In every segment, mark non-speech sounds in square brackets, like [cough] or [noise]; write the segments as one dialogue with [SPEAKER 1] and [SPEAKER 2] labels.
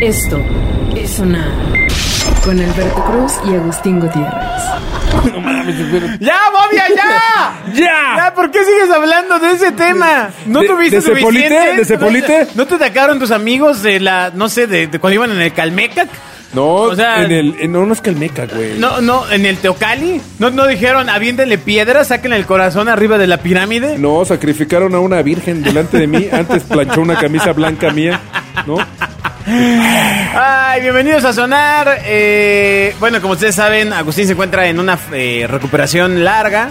[SPEAKER 1] Esto es sonar con Alberto Cruz y Agustín Gutiérrez.
[SPEAKER 2] ¡Ya, Bobia, ya!
[SPEAKER 3] [laughs] ¡Ya!
[SPEAKER 2] ¡Ya! ¿Por qué sigues hablando de ese tema? ¿No
[SPEAKER 3] ¿De-
[SPEAKER 2] tuviste
[SPEAKER 3] de Cepolite?
[SPEAKER 2] suficiente?
[SPEAKER 3] ¿De Cepolite?
[SPEAKER 2] ¿No te atacaron tus amigos de la, no sé, de, de cuando iban en el Calmecac?
[SPEAKER 3] No,
[SPEAKER 2] O sea-
[SPEAKER 3] en el, en, no, no es Calmeca, güey.
[SPEAKER 2] No, no, en el Teocali. ¿No, no dijeron, aviéntenle piedras, saquen el corazón arriba de la pirámide?
[SPEAKER 3] No, sacrificaron a una virgen delante
[SPEAKER 2] [laughs]
[SPEAKER 3] de mí. Antes planchó una camisa blanca mía, ¿no?
[SPEAKER 2] Ay, bienvenidos a Sonar. Eh, bueno, como ustedes saben, Agustín se encuentra en una eh, recuperación larga.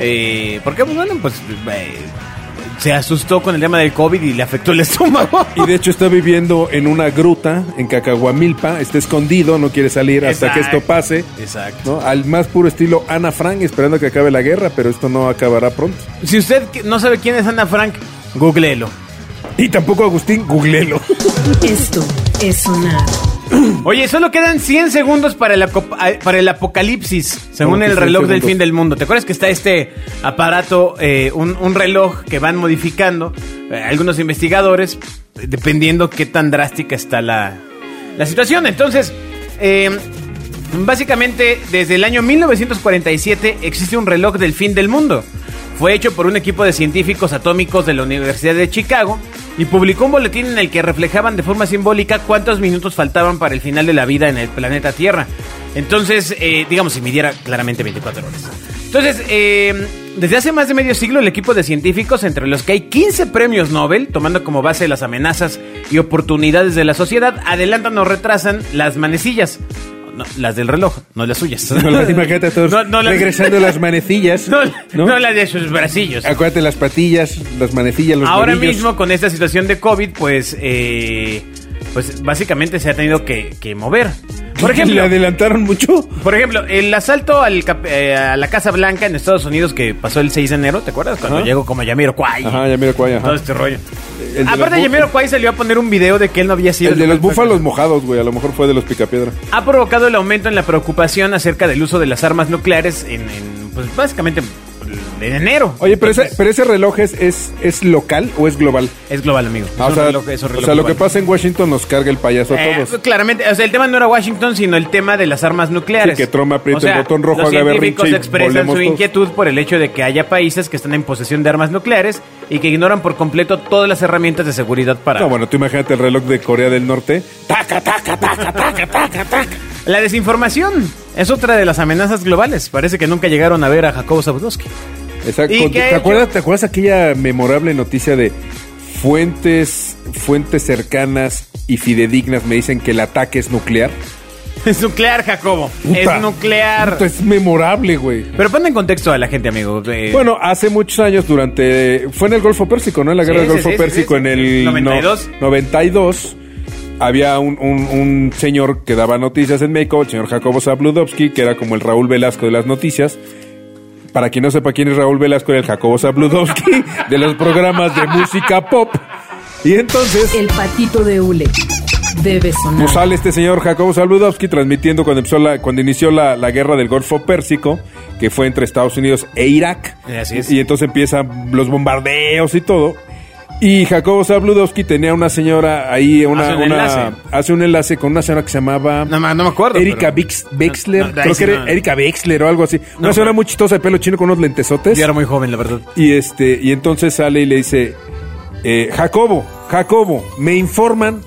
[SPEAKER 2] Eh, porque, pues, bueno, pues eh, se asustó con el tema del COVID y le afectó el [laughs] estómago.
[SPEAKER 3] Y de hecho está viviendo en una gruta en Cacahuamilpa. Está escondido, no quiere salir hasta que esto
[SPEAKER 2] Exacto.
[SPEAKER 3] pase.
[SPEAKER 2] Exacto.
[SPEAKER 3] ¿no? Al más puro estilo Ana Frank, esperando que acabe la guerra, pero esto no acabará pronto.
[SPEAKER 2] Si usted que- no sabe quién es Ana Frank, googleelo.
[SPEAKER 3] Y tampoco Agustín,
[SPEAKER 2] [laughs]
[SPEAKER 3] googlelo.
[SPEAKER 1] Esto es sonar
[SPEAKER 2] Oye, solo quedan 100 segundos para el, acop- a- para el apocalipsis, según
[SPEAKER 3] que
[SPEAKER 2] el
[SPEAKER 3] 100
[SPEAKER 2] reloj del
[SPEAKER 3] segundos?
[SPEAKER 2] fin del mundo. ¿Te acuerdas que está este aparato, eh, un, un reloj que van modificando eh, algunos investigadores, eh, dependiendo qué tan drástica está la, la situación? Entonces, eh, básicamente, desde el año 1947 existe un reloj del fin del mundo. Fue hecho por un equipo de científicos atómicos de la Universidad de Chicago y publicó un boletín en el que reflejaban de forma simbólica cuántos minutos faltaban para el final de la vida en el planeta Tierra. Entonces, eh, digamos, si midiera claramente 24 horas. Entonces, eh, desde hace más de medio siglo, el equipo de científicos, entre los que hay 15 premios Nobel, tomando como base las amenazas y oportunidades de la sociedad, adelantan o retrasan las manecillas. No, las del reloj, no las suyas.
[SPEAKER 3] No, las- imagínate a todos
[SPEAKER 2] [laughs] No, no las-
[SPEAKER 3] regresando las
[SPEAKER 2] [laughs]
[SPEAKER 3] manecillas.
[SPEAKER 2] No,
[SPEAKER 3] ¿no?
[SPEAKER 2] no las de sus bracillos.
[SPEAKER 3] Acuérdate las patillas, las manecillas, los
[SPEAKER 2] Ahora
[SPEAKER 3] nudillos.
[SPEAKER 2] mismo con esta situación de COVID, pues, eh, pues básicamente se ha tenido que, que mover. Por
[SPEAKER 3] [laughs] ¿Le
[SPEAKER 2] ejemplo,
[SPEAKER 3] adelantaron mucho?
[SPEAKER 2] por ejemplo, el asalto al cap- eh, a la Casa Blanca en Estados Unidos que pasó el 6 de enero, ¿te acuerdas? Cuando
[SPEAKER 3] Ajá.
[SPEAKER 2] llegó como Yamiro Kwai.
[SPEAKER 3] Ajá, ya mira cuál, ajá.
[SPEAKER 2] Todo este rollo.
[SPEAKER 3] de los
[SPEAKER 2] Aparte,
[SPEAKER 3] bu-
[SPEAKER 2] Yamiro Kwai salió a poner un video de que él no había sido
[SPEAKER 3] El de los
[SPEAKER 2] Buffalos
[SPEAKER 3] búfalos mojados, güey. A lo mejor fue de los picapiedra.
[SPEAKER 2] ha provocado el aumento en la preocupación acerca del uso de las armas nucleares en, en, pues básicamente en enero.
[SPEAKER 3] Oye, pero ese,
[SPEAKER 2] Entonces,
[SPEAKER 3] pero ese reloj es, es, es local o es global?
[SPEAKER 2] es global, amigo. Es
[SPEAKER 3] Ah, o
[SPEAKER 2] un
[SPEAKER 3] sea,
[SPEAKER 2] reloj- es un reloj
[SPEAKER 3] o sea, lo
[SPEAKER 2] global.
[SPEAKER 3] que pasa en Washington nos carga el payaso a
[SPEAKER 2] Eh,
[SPEAKER 3] todos.
[SPEAKER 2] claramente, o sea, el tema no era Washington, sino el tema de las armas nucleares.
[SPEAKER 3] Sí, que Trump aprieta el botón rojo,
[SPEAKER 2] los
[SPEAKER 3] haga berrinche
[SPEAKER 2] científicos
[SPEAKER 3] y
[SPEAKER 2] expresan
[SPEAKER 3] volvemos
[SPEAKER 2] su
[SPEAKER 3] todos.
[SPEAKER 2] inquietud por el hecho de que haya países que están en posesión de armas nucleares y que ignoran por completo todas las herramientas de seguridad para...
[SPEAKER 3] No, bueno, tú imagínate el reloj de Corea del Norte.
[SPEAKER 2] La desinformación es otra de las amenazas globales. Parece que nunca llegaron a ver a Jacobo Zabludowski.
[SPEAKER 3] Exacto.
[SPEAKER 2] ¿Y qué ha
[SPEAKER 3] ¿Te
[SPEAKER 2] hecho?
[SPEAKER 3] acuerdas, ¿Te acuerdas aquella memorable noticia de fuentes, fuentes cercanas y fidedignas me dicen que el ataque es nuclear?
[SPEAKER 2] [laughs] Es nuclear, Jacobo.
[SPEAKER 3] Puta,
[SPEAKER 2] es nuclear.
[SPEAKER 3] puta, es memorable, güey.
[SPEAKER 2] Pero pon en contexto a la gente, amigo. Eh,
[SPEAKER 3] Bueno, hace muchos años durante... Fue en el Golfo Pérsico, ¿no? En la guerra
[SPEAKER 2] Sí,
[SPEAKER 3] del
[SPEAKER 2] sí,
[SPEAKER 3] Golfo
[SPEAKER 2] sí, sí,
[SPEAKER 3] Pérsico
[SPEAKER 2] sí, sí.
[SPEAKER 3] en el... no-
[SPEAKER 2] 92.
[SPEAKER 3] 92. Había un, un- un señor que daba noticias en México, el señor Jacobo Zabludovsky, que era como el Raúl Velasco de las noticias. Para quien no sepa quién es Raúl Velasco, era el Jacobo Zabludovsky [laughs] de los programas de música pop. Y entonces...
[SPEAKER 1] El patito de hule debe
[SPEAKER 3] Pues
[SPEAKER 1] sonar.
[SPEAKER 3] sale este señor Jacobo Saludowski transmitiendo cuando, empezó la, cuando inició la, la guerra del Golfo Pérsico, que fue entre Estados Unidos e Irak.
[SPEAKER 2] Eh, Así es.
[SPEAKER 3] Y entonces empiezan los bombardeos y todo. Y Jacobo Zabludowski tenía una señora ahí, una,
[SPEAKER 2] Hace un
[SPEAKER 3] una-
[SPEAKER 2] enlace.
[SPEAKER 3] hace un enlace con una señora que se llamaba
[SPEAKER 2] No, ma- no me acuerdo.
[SPEAKER 3] Erika
[SPEAKER 2] pero-
[SPEAKER 3] Bix- Bexler,
[SPEAKER 2] No, no, ahí
[SPEAKER 3] creo
[SPEAKER 2] sí
[SPEAKER 3] que era
[SPEAKER 2] no.
[SPEAKER 3] Erika Bexler o algo así. Una
[SPEAKER 2] No,
[SPEAKER 3] señora
[SPEAKER 2] no.
[SPEAKER 3] muy chistosa de pelo chino con unos lentesotes.
[SPEAKER 2] Yo era muy joven, la verdad.
[SPEAKER 3] Y este, y entonces sale y le dice, eh, Jacobo, Jacobo, me informan,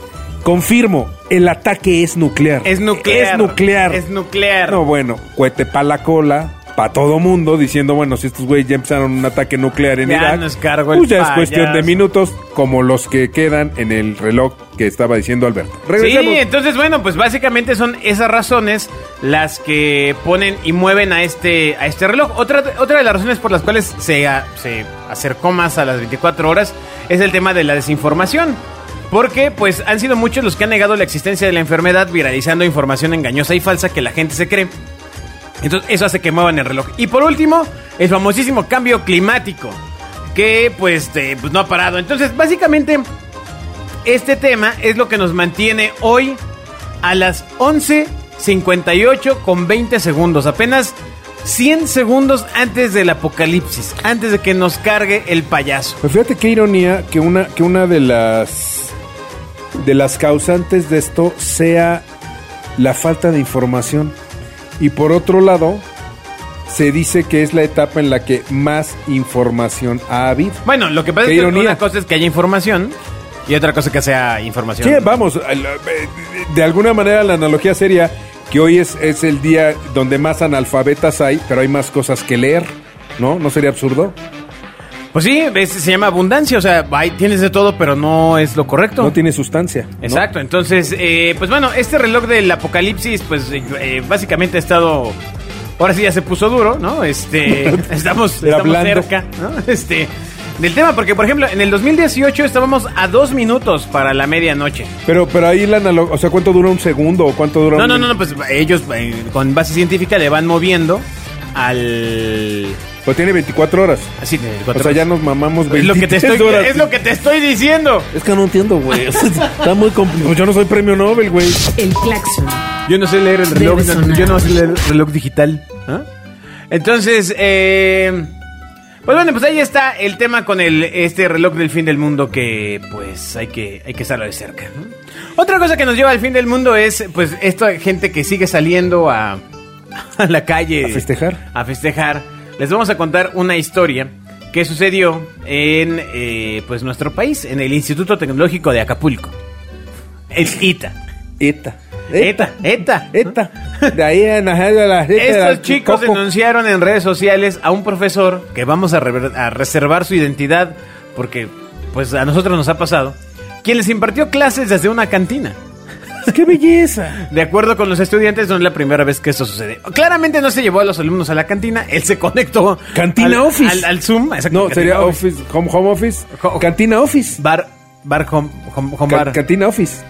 [SPEAKER 3] confirmo, el ataque es nuclear.
[SPEAKER 2] Es nuclear.
[SPEAKER 3] Es nuclear.
[SPEAKER 2] Es nuclear.
[SPEAKER 3] No, bueno, cuete pa' la cola, pa' todo mundo, diciendo, bueno, si estos güeyes ya empezaron un ataque nuclear en
[SPEAKER 2] Ya
[SPEAKER 3] Irak,
[SPEAKER 2] nos cargó el
[SPEAKER 3] pues ya es cuestión de
[SPEAKER 2] payaso.
[SPEAKER 3] minutos, como los que quedan en el reloj que estaba diciendo Alberto. Regresemos.
[SPEAKER 2] Sí, entonces, bueno, pues básicamente son esas razones las que ponen y mueven a este, a este reloj. Otra, otra de las razones por las cuales se, a- se acercó más a las 24 horas es el tema de la desinformación. Porque, pues, han sido muchos los que han negado la existencia de la enfermedad, viralizando información engañosa y falsa que la gente se cree. Entonces, eso hace que muevan el reloj. Y por último, el famosísimo cambio climático, que pues, este, pues no ha parado. Entonces, básicamente, este tema es lo que nos mantiene hoy a las 11.58 con 20 segundos. Apenas 100 segundos antes del apocalipsis, antes de que nos cargue el payaso.
[SPEAKER 3] Pues fíjate qué ironía que una, que una de las de las causantes de esto sea la falta de información. Y por otro lado, se dice que es la etapa en la que más información ha habido.
[SPEAKER 2] Bueno, lo que pasa
[SPEAKER 3] Qué
[SPEAKER 2] es que
[SPEAKER 3] ironía.
[SPEAKER 2] una cosa es que haya información y otra cosa que sea información.
[SPEAKER 3] Sí, vamos, al- eh, de alguna manera la analogía sería que hoy es, es el día donde más analfabetas hay, pero hay más cosas que leer, ¿no? ¿No sería absurdo?
[SPEAKER 2] Pues sí, es- se llama abundancia, o sea, hay- tienes de todo, pero no es lo correcto.
[SPEAKER 3] No tiene sustancia. ¿no?
[SPEAKER 2] Exacto, entonces, eh, pues bueno, este reloj del apocalipsis, pues eh, eh, básicamente ha estado, ahora sí ya se puso duro, ¿no?
[SPEAKER 3] [laughs]
[SPEAKER 2] Este, estamos,
[SPEAKER 3] Era
[SPEAKER 2] estamos
[SPEAKER 3] blando.
[SPEAKER 2] cerca, ¿no? Este, del tema, porque por ejemplo, en el 2018 estábamos a dos minutos para la medianoche.
[SPEAKER 3] Pero, pero ahí la analogía, o sea, ¿cuánto dura un segundo o cuánto dura
[SPEAKER 2] No,
[SPEAKER 3] un...
[SPEAKER 2] no, no, no, pues ellos eh, con base científica le van moviendo al...
[SPEAKER 3] Pues tiene 24 horas.
[SPEAKER 2] Así, de
[SPEAKER 3] O
[SPEAKER 2] cuatro-
[SPEAKER 3] sea, ya nos mamamos
[SPEAKER 2] es lo que te
[SPEAKER 3] 23
[SPEAKER 2] estoy,
[SPEAKER 3] horas.
[SPEAKER 2] es lo que te estoy diciendo.
[SPEAKER 3] Es que no entiendo,
[SPEAKER 2] [laughs]
[SPEAKER 3] güey. O sea, Está muy complicado. Pues yo no soy premio Nobel, güey.
[SPEAKER 1] El claxon.
[SPEAKER 2] Yo no sé leer el
[SPEAKER 1] reloj, Debe sonar. yo no sé
[SPEAKER 2] leer el reloj digital. ¿ah? Entonces, eh, pues bueno, pues ahí está el tema con el este reloj del fin del mundo que pues hay que, hay que estarlo de cerca. ¿no? Otra cosa que nos lleva al fin del mundo es pues esta gente que sigue saliendo a, a la calle.
[SPEAKER 3] A festejar.
[SPEAKER 2] A festejar. Les vamos a contar una historia que sucedió en eh, pues nuestro país, en el Instituto Tecnológico de Acapulco. El
[SPEAKER 3] [laughs]
[SPEAKER 2] ITA.
[SPEAKER 3] ETA.
[SPEAKER 2] ETA, ETA.
[SPEAKER 3] ETA. De ahí en la- de la- de la-
[SPEAKER 2] Estos chicos
[SPEAKER 3] Coco.
[SPEAKER 2] denunciaron en redes sociales a un profesor que vamos a, rever- a reservar su identidad porque pues a nosotros nos ha pasado, quien les impartió clases desde una cantina.
[SPEAKER 3] ¡Qué belleza!
[SPEAKER 2] De acuerdo con los estudiantes, no es la primera vez que esto sucede. Claramente no se llevó a los alumnos a la cantina, él se [laughs] conectó
[SPEAKER 3] Cantina
[SPEAKER 2] al,
[SPEAKER 3] Office.
[SPEAKER 2] al, al Zoom, exacto,
[SPEAKER 3] No,
[SPEAKER 2] cantina
[SPEAKER 3] sería office, home, home office.
[SPEAKER 2] Jo-
[SPEAKER 3] Cantina office.
[SPEAKER 2] bar bar home, home- home
[SPEAKER 3] Ca-
[SPEAKER 2] bar.
[SPEAKER 3] cantina office.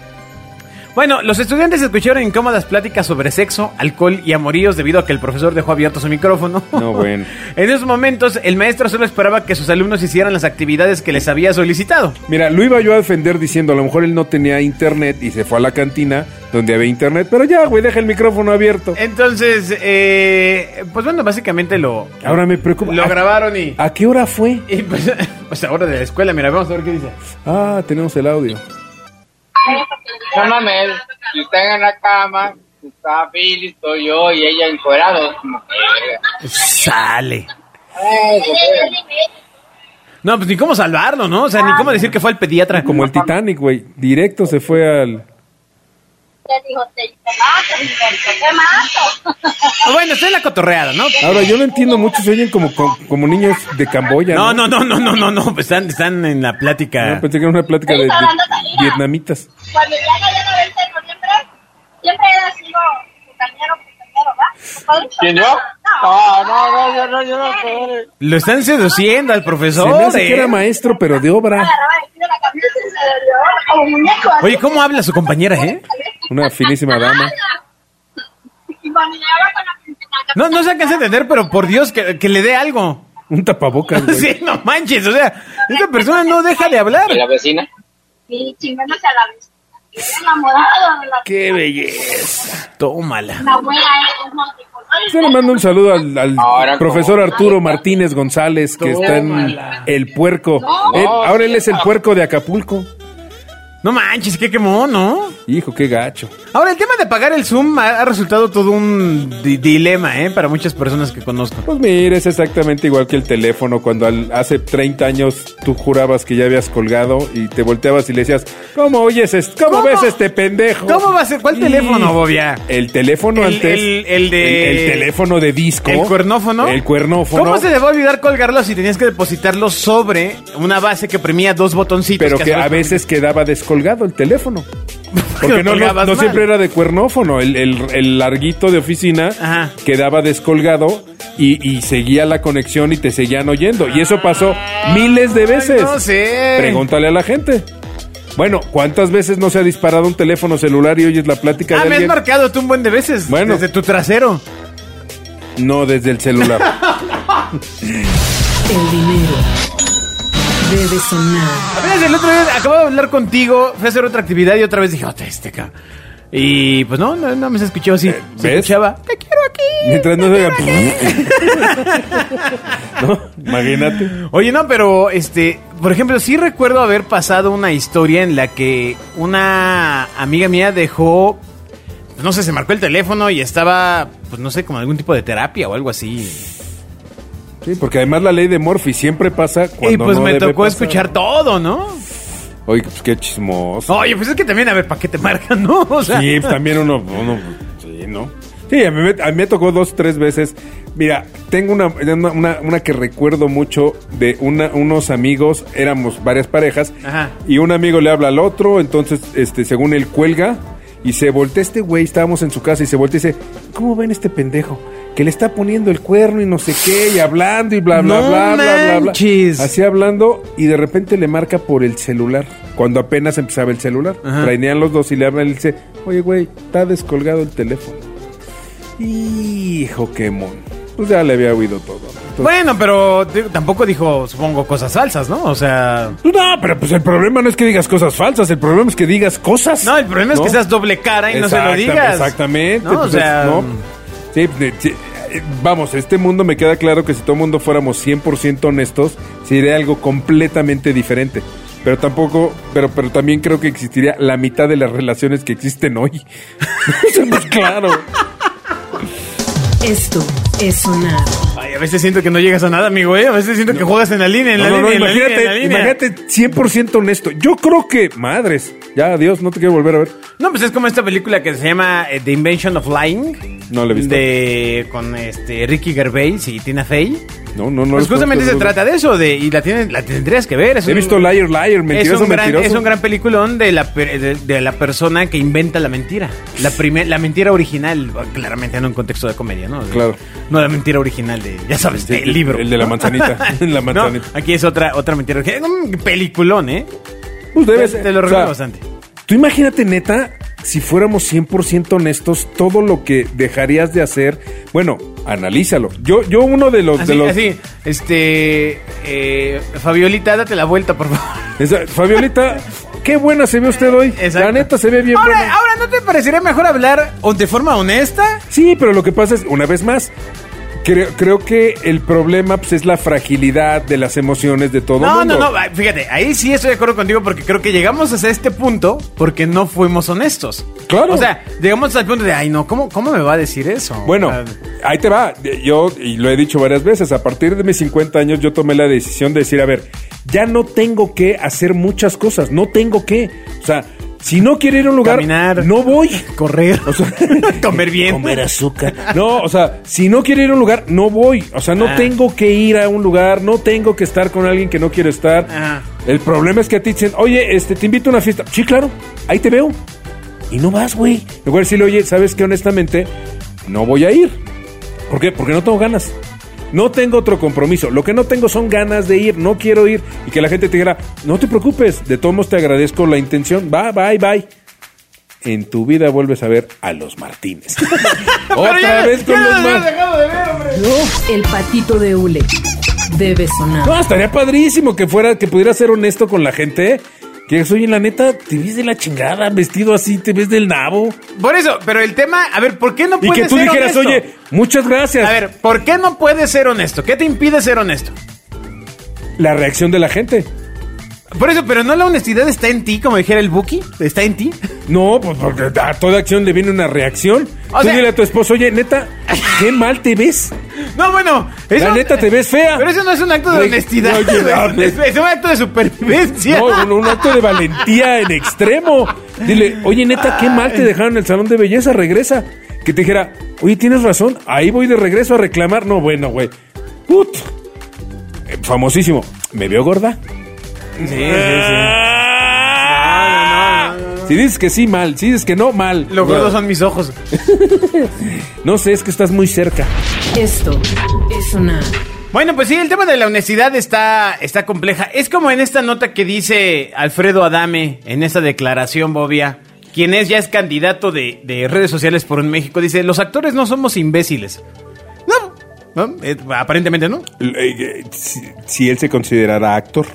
[SPEAKER 2] Bueno, los estudiantes escucharon incómodas pláticas sobre sexo, alcohol y amoríos debido a que el profesor dejó abierto su micrófono.
[SPEAKER 3] No, bueno.
[SPEAKER 2] [laughs] en esos momentos, el maestro solo esperaba que sus alumnos hicieran las actividades que les había solicitado.
[SPEAKER 3] Mira, lo iba yo a defender diciendo, a lo mejor él no tenía internet y se fue a la cantina donde había internet. Pero ya, güey, deja el micrófono abierto.
[SPEAKER 2] Entonces, eh, pues bueno, básicamente lo,
[SPEAKER 3] Ahora me preocupa.
[SPEAKER 2] lo
[SPEAKER 3] ¿A-
[SPEAKER 2] grabaron y...
[SPEAKER 3] ¿A qué hora fue?
[SPEAKER 2] y pues, [laughs] pues ahora de la escuela, mira, vamos a ver qué dice.
[SPEAKER 3] Ah, tenemos el audio.
[SPEAKER 4] No mames, si está en la cama, está Billy, estoy yo y ella encuerado. como que,
[SPEAKER 2] Sale.
[SPEAKER 4] ay, güey.
[SPEAKER 2] No, pues ni cómo salvarlo, ¿no? O sea, ni cómo decir que fue al pediatra.
[SPEAKER 3] Como el Titanic, güey. Directo se fue al...
[SPEAKER 5] Te dijo, te, te mato, Gilberto,
[SPEAKER 4] [laughs]
[SPEAKER 5] te mato.
[SPEAKER 2] Pues Bueno, está en la cotorreada, ¿no?
[SPEAKER 3] Ahora, yo no entiendo mucho. Se oyen como, como, como niños de Camboya.
[SPEAKER 2] No, no, no, no, no, no, no, pues están, están en la plática.
[SPEAKER 3] No, pensé que era una plática de, de vietnamitas.
[SPEAKER 5] Cuando llega ya la 20 de noviembre, siempre era así, o compañero, compañero, ¿va?
[SPEAKER 4] ¿Quién yo? No, no, no, yo no, yo no sé.
[SPEAKER 2] Lo están seduciendo al
[SPEAKER 3] Se
[SPEAKER 2] profesor.
[SPEAKER 3] me hace
[SPEAKER 2] ¿eh?
[SPEAKER 3] que era maestro, pero de obra.
[SPEAKER 5] Agarraba el tiro de la camisa y se le dio como muñeco. así.
[SPEAKER 2] Oye, ¿cómo habla su compañera,
[SPEAKER 5] [laughs]
[SPEAKER 2] eh?
[SPEAKER 3] Una finísima dama.
[SPEAKER 5] Y caminaba con la pincelada.
[SPEAKER 2] eh. No, no se alcanza a entender, pero por Dios, que, que le dé algo. [laughs]
[SPEAKER 3] Un tapabocas, güey.
[SPEAKER 2] Sí, no manches, o sea, esta persona no deja de hablar.
[SPEAKER 4] ¿Y la vecina?
[SPEAKER 5] Y chingándose a la vez. enamorado de la,
[SPEAKER 3] ¡Qué belleza!
[SPEAKER 2] Tómala.
[SPEAKER 5] la abuela, ¿eh? Es multicolor.
[SPEAKER 3] Yo le mando un saludo al, al
[SPEAKER 4] Ahora,
[SPEAKER 3] profesor Arturo Martínez González, que está en El Puerco. Él- ahora él es el puerco de Acapulco.
[SPEAKER 2] No manches, qué quemó, ¿no?
[SPEAKER 3] Hijo, qué gacho.
[SPEAKER 2] Ahora, el tema de pagar el Zoom ha, ha resultado todo un di- dilema, ¿eh? Para muchas personas que conozco.
[SPEAKER 3] Pues mira, es exactamente igual que el teléfono. Cuando al- hace 30 años tú jurabas que ya habías colgado y te volteabas y le decías, ¿cómo oyes? es- ¿Cómo,
[SPEAKER 2] ¿Cómo?
[SPEAKER 3] ves este pendejo?
[SPEAKER 2] ¿Cómo va a ser? ¿Cuál teléfono, Bobia?
[SPEAKER 3] El teléfono
[SPEAKER 2] El-
[SPEAKER 3] antes.
[SPEAKER 2] el- el de-
[SPEAKER 3] El, el teléfono de disco.
[SPEAKER 2] ¿El cuernófono?
[SPEAKER 3] El cuernófono.
[SPEAKER 2] ¿Cómo se le va a olvidar colgarlo si tenías que depositarlo sobre una base que premia dos botoncitos?
[SPEAKER 3] Pero que a
[SPEAKER 2] veces
[SPEAKER 3] veces quedaba descolgado
[SPEAKER 2] [laughs]
[SPEAKER 3] el teléfono. Porque
[SPEAKER 2] Lo
[SPEAKER 3] no, no,
[SPEAKER 2] colgabas
[SPEAKER 3] no
[SPEAKER 2] mal.
[SPEAKER 3] siempre era de cuernófono. El, el- el larguito de oficina
[SPEAKER 2] Ajá.
[SPEAKER 3] quedaba descolgado y, y seguía la conexión y te seguían oyendo. Y eso pasó miles de veces.
[SPEAKER 2] no sé.
[SPEAKER 3] Pregúntale a la gente. Bueno, ¿cuántas veces no se ha disparado un teléfono celular y oyes la plática
[SPEAKER 2] Ah,
[SPEAKER 3] de
[SPEAKER 2] me has
[SPEAKER 3] alguien?
[SPEAKER 2] marcado tú un buen de veces.
[SPEAKER 3] Bueno.
[SPEAKER 2] Desde tu trasero.
[SPEAKER 3] No, desde
[SPEAKER 2] [laughs]
[SPEAKER 3] el celular.
[SPEAKER 1] El dinero. Debe sonar.
[SPEAKER 2] Apenas el otro día acababa de hablar contigo, fui a hacer otra "Ah, actividad y otra vez dije, otra este ca-". Y pues no, no, no me se escuchó así.
[SPEAKER 3] Eh,
[SPEAKER 2] se
[SPEAKER 3] ¿ves?
[SPEAKER 2] escuchaba, te quiero aquí.
[SPEAKER 3] Mientras no se haga. [laughs] ¿No? Imagínate.
[SPEAKER 2] Oye, no, pero este, por ejemplo, sí recuerdo haber pasado una historia en la que una amiga mía dejó, pues, no sé, se marcó el teléfono y estaba, pues no sé, como algún tipo de terapia o algo así.
[SPEAKER 3] Sí, porque además la ley de Morphy siempre pasa cuando.
[SPEAKER 2] y pues
[SPEAKER 3] no
[SPEAKER 2] me
[SPEAKER 3] debe
[SPEAKER 2] tocó
[SPEAKER 3] pasar.
[SPEAKER 2] escuchar todo, ¿no?
[SPEAKER 3] Oye, pues qué chismoso.
[SPEAKER 2] Oye, pues es que también, a ver, ¿para qué te marcan, [laughs] no? O sea,
[SPEAKER 3] Sí, pues, también uno, uno- Sí, ¿no? Sí, a mí, me- a mí me tocó dos, tres veces. Mira, tengo una, una, una- una que recuerdo mucho de una, unos amigos, éramos varias parejas,
[SPEAKER 2] Ajá.
[SPEAKER 3] y un amigo le habla al otro, entonces, este, según él cuelga, y se voltea este güey, estábamos en su casa, y se voltea y dice, ¿cómo ven este pendejo? Que le está poniendo el cuerno y no sé qué, y hablando y bla, bla,
[SPEAKER 2] No
[SPEAKER 3] bla, bla, bla, bla.
[SPEAKER 2] manches.
[SPEAKER 3] Así hablando, y de repente le marca por el celular, cuando apenas empezaba el celular.
[SPEAKER 2] Ajá.
[SPEAKER 3] Trainean los dos y le hablan y le dice, oye, güey, está descolgado el teléfono. Hijo, qué mon. Pues ya le había oído todo. ¿no? Entonces-
[SPEAKER 2] bueno, pero digo, tampoco dijo, supongo, cosas falsas, ¿no? O sea...
[SPEAKER 3] no, pero pues el problema no es que digas cosas falsas, el problema es que digas cosas.
[SPEAKER 2] No, el problema es que
[SPEAKER 3] ¿no?
[SPEAKER 2] seas doble cara y no se lo
[SPEAKER 3] Exactam-
[SPEAKER 2] digas.
[SPEAKER 3] Exactamente.
[SPEAKER 2] No, o
[SPEAKER 3] entonces,
[SPEAKER 2] sea... mm.
[SPEAKER 3] ¿no? Sí, de- sí, eh, Vamos, este mundo me queda claro que si todo mundo fuéramos 100% honestos, sería algo completamente diferente. Pero tampoco, pero, pero también creo que existiría la mitad de las relaciones que existen hoy. [laughs] Eso no es claro.
[SPEAKER 1] Esto es sonar.
[SPEAKER 2] Ay, a veces siento que no llegas a nada, amigo, ¿eh? A veces siento que juegas en la línea, [laughs] en
[SPEAKER 3] No,
[SPEAKER 2] la
[SPEAKER 3] no, no,
[SPEAKER 2] línea, en la línea,
[SPEAKER 3] imagínate,
[SPEAKER 2] en la línea.
[SPEAKER 3] imagínate 100% honesto. Yo creo que, madres, ya, adiós, no te quiero volver a ver.
[SPEAKER 2] No, pues es como esta película que se llama eh, The Invention of Lying.
[SPEAKER 3] No la he visto.
[SPEAKER 2] De, con este, Ricky Gervais y Tina Fey.
[SPEAKER 3] No, no, no.
[SPEAKER 2] pues
[SPEAKER 3] los conozco,
[SPEAKER 2] justamente se
[SPEAKER 3] no los-
[SPEAKER 2] trata de eso, de, y la, tienen- la tendrías que ver. es
[SPEAKER 3] He
[SPEAKER 2] un-
[SPEAKER 3] visto Liar, Liar,
[SPEAKER 2] es
[SPEAKER 3] mentiroso,
[SPEAKER 2] un, gran,
[SPEAKER 3] mentiroso.
[SPEAKER 2] es un gran peliculón de la, per- de, de la persona que inventa la mentira. La, primer, la mentira original, claramente en un contexto de comedia, ¿no? O sea,
[SPEAKER 3] Claro.
[SPEAKER 2] No la mentira original de, ya sabes,
[SPEAKER 3] Sí,
[SPEAKER 2] del libro.
[SPEAKER 3] el de la
[SPEAKER 2] ¿no?
[SPEAKER 3] manzanita, [laughs]
[SPEAKER 2] [laughs]
[SPEAKER 3] la
[SPEAKER 2] No,
[SPEAKER 3] manzanita.
[SPEAKER 2] aquí es otra, otra mentira original. Un peliculón, ¿eh?
[SPEAKER 3] Pues debe
[SPEAKER 2] Te-
[SPEAKER 3] ser,
[SPEAKER 2] te lo
[SPEAKER 3] o sea,
[SPEAKER 2] recuerdo bastante.
[SPEAKER 3] Tú imagínate, neta, si fuéramos 100% honestos, todo lo que dejarías de hacer. Bueno, analízalo. Yo, yo uno de los...
[SPEAKER 2] Así,
[SPEAKER 3] de los
[SPEAKER 2] así, este, eh, Fabiolita, date la vuelta, por favor. [laughs]
[SPEAKER 3] Esa- Fabiolita, qué buena se ve usted hoy.
[SPEAKER 2] Exacto.
[SPEAKER 3] La neta se ve bien
[SPEAKER 2] ahora,
[SPEAKER 3] buena.
[SPEAKER 2] ahora, ¿no te parecería mejor hablar o de forma honesta?
[SPEAKER 3] Sí, pero lo que pasa es, una vez más, creo, creo que el problema pues, es la fragilidad de las emociones de todo
[SPEAKER 2] No,
[SPEAKER 3] mundo.
[SPEAKER 2] no, no, ah, fíjate, ahí sí estoy de acuerdo contigo porque creo que llegamos hasta este punto porque no fuimos honestos.
[SPEAKER 3] Claro.
[SPEAKER 2] O sea, llegamos hasta el punto de, ay, no, ¿cómo, cómo me va a decir eso?
[SPEAKER 3] Bueno,
[SPEAKER 2] Ah,
[SPEAKER 3] ahí te va. Yo, y lo he dicho varias veces, a partir de mis 50 años yo tomé la decisión de decir, a ver, ya no tengo que hacer muchas cosas, no tengo que. O sea, si no quiero ir a un lugar,
[SPEAKER 2] Caminar.
[SPEAKER 3] no voy.
[SPEAKER 2] correr,
[SPEAKER 3] O sea,
[SPEAKER 2] [laughs] comer bien.
[SPEAKER 3] azúcar. [laughs] No, o sea, si no quiero ir a un lugar, no voy. O sea, no
[SPEAKER 2] Ah.
[SPEAKER 3] tengo que ir a un lugar, no tengo que estar con alguien que no quiero estar.
[SPEAKER 2] Ah.
[SPEAKER 3] El problema es que a ti te dicen, oye, este, te invito a una fiesta. Sí, claro, ahí te veo. Y no vas, güey. Luego decirle, oye, ¿sabes qué? Honestamente, no voy a ir. ¿Por qué? Porque no tengo ganas. No tengo otro compromiso. Lo que no tengo son ganas de ir. No quiero ir. Y que la gente te dijera, no te preocupes. De todos modos te agradezco la intención. Bye, bye, bye. En tu vida vuelves a ver a los Martínez.
[SPEAKER 2] [laughs]
[SPEAKER 3] [laughs]
[SPEAKER 2] Pero
[SPEAKER 3] Otra
[SPEAKER 2] ya-
[SPEAKER 3] vez con
[SPEAKER 2] ya
[SPEAKER 3] los
[SPEAKER 2] nos habías
[SPEAKER 3] Martínez.
[SPEAKER 2] dejado de ver, hombre.
[SPEAKER 1] El patito de hule debe sonar.
[SPEAKER 3] No, estaría padrísimo que fuera, que pudiera ser honesto con la gente. Que soy en la neta, te ves de la chingada, vestido así, te ves del nabo.
[SPEAKER 2] Por eso, pero el tema, a ver, ¿por qué no
[SPEAKER 3] Y
[SPEAKER 2] puedes
[SPEAKER 3] que tú
[SPEAKER 2] ser
[SPEAKER 3] dijeras,
[SPEAKER 2] honesto?
[SPEAKER 3] oye, muchas gracias.
[SPEAKER 2] A ver, ¿por qué no puedes ser honesto? ¿Qué te impide ser honesto?
[SPEAKER 3] La reacción de la gente.
[SPEAKER 2] Por eso, pero no la honestidad está en ti, como dijera el Buki, está en ti. [laughs]
[SPEAKER 3] No, pues porque a toda acción le viene una reacción.
[SPEAKER 2] O
[SPEAKER 3] Tú
[SPEAKER 2] sea-
[SPEAKER 3] dile a tu esposo, oye, neta, qué mal te ves.
[SPEAKER 2] No, bueno,
[SPEAKER 3] La neta, te ves fea.
[SPEAKER 2] Pero eso no es un acto de
[SPEAKER 3] Oye,
[SPEAKER 2] honestidad,
[SPEAKER 3] oye,
[SPEAKER 2] güey.
[SPEAKER 3] no,
[SPEAKER 2] es,
[SPEAKER 3] pues-
[SPEAKER 2] es un acto de supervivencia.
[SPEAKER 3] No, un, un acto de valentía en extremo. Dile, oye, neta, qué mal te dejaron el salón de belleza, regresa. Que te dijera, oye, tienes razón, ahí voy de regreso a reclamar. No, bueno, güey. Put. Eh, famosísimo. ¿Me veo gorda?
[SPEAKER 2] Sí, sí, sí.
[SPEAKER 3] Ah.
[SPEAKER 2] No, no, no,
[SPEAKER 3] Si dices que sí, mal. Si dices que no, mal.
[SPEAKER 2] Lo gordo son mis ojos.
[SPEAKER 3] No sé, es que estás muy cerca.
[SPEAKER 1] Esto es sonar.
[SPEAKER 2] Bueno, pues sí, el tema de la honestidad está, está compleja. Es como en esta nota que dice Alfredo Adame, en esta declaración, Bobia, quien es ya es candidato de, de redes sociales por un México, dice, los actores no somos imbéciles. No, no, eh, aparentemente no.
[SPEAKER 3] [laughs] Eh, eh, Si, si él se considerara actor.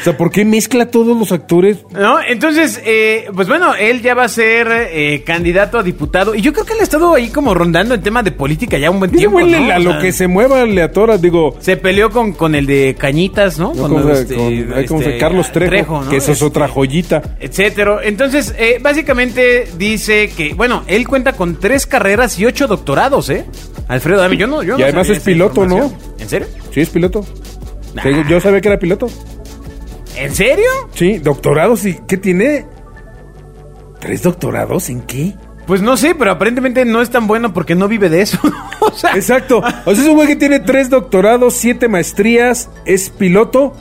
[SPEAKER 3] O sea, ¿por qué mezcla a todos los actores?
[SPEAKER 2] ¿No? Entonces, eh, pues bueno, él ya va a ser eh, candidato a diputado. Y yo creo que él ha estado ahí como rondando el tema de política ya un buen
[SPEAKER 3] Dice,
[SPEAKER 2] tiempo.
[SPEAKER 3] güey,
[SPEAKER 2] ¿no?
[SPEAKER 3] le- a
[SPEAKER 2] O
[SPEAKER 3] lo
[SPEAKER 2] sea,
[SPEAKER 3] que se mueva le atora, digo.
[SPEAKER 2] Se peleó con, con el de Cañitas, ¿no?
[SPEAKER 3] no,
[SPEAKER 2] Con
[SPEAKER 3] ¿cómo se-
[SPEAKER 2] este-
[SPEAKER 3] con- ay, ¿cómo se-
[SPEAKER 2] este,
[SPEAKER 3] Carlos Trejo,
[SPEAKER 2] ¿no?
[SPEAKER 3] que eso es
[SPEAKER 2] Este,
[SPEAKER 3] otra joyita.
[SPEAKER 2] etcétera. Entonces, eh, básicamente dice que, bueno, él cuenta con tres carreras y ocho doctorados, ¿eh? Alfredo, dame, yo no, yo
[SPEAKER 3] Y
[SPEAKER 2] no
[SPEAKER 3] además
[SPEAKER 2] sabía
[SPEAKER 3] es
[SPEAKER 2] esa
[SPEAKER 3] piloto, ¿no?
[SPEAKER 2] información. ¿En serio?
[SPEAKER 3] Sí, es piloto. Te- Yo sabía que era piloto.
[SPEAKER 2] ¿En serio?
[SPEAKER 3] Sí, doctorados y ¿qué tiene? ¿Tres doctorados en qué?
[SPEAKER 2] Pues no sé, pero aparentemente no es tan bueno porque no vive de eso. [laughs] o sea,
[SPEAKER 3] Exacto. O sea, es un güey que tiene tres doctorados, siete maestrías, es piloto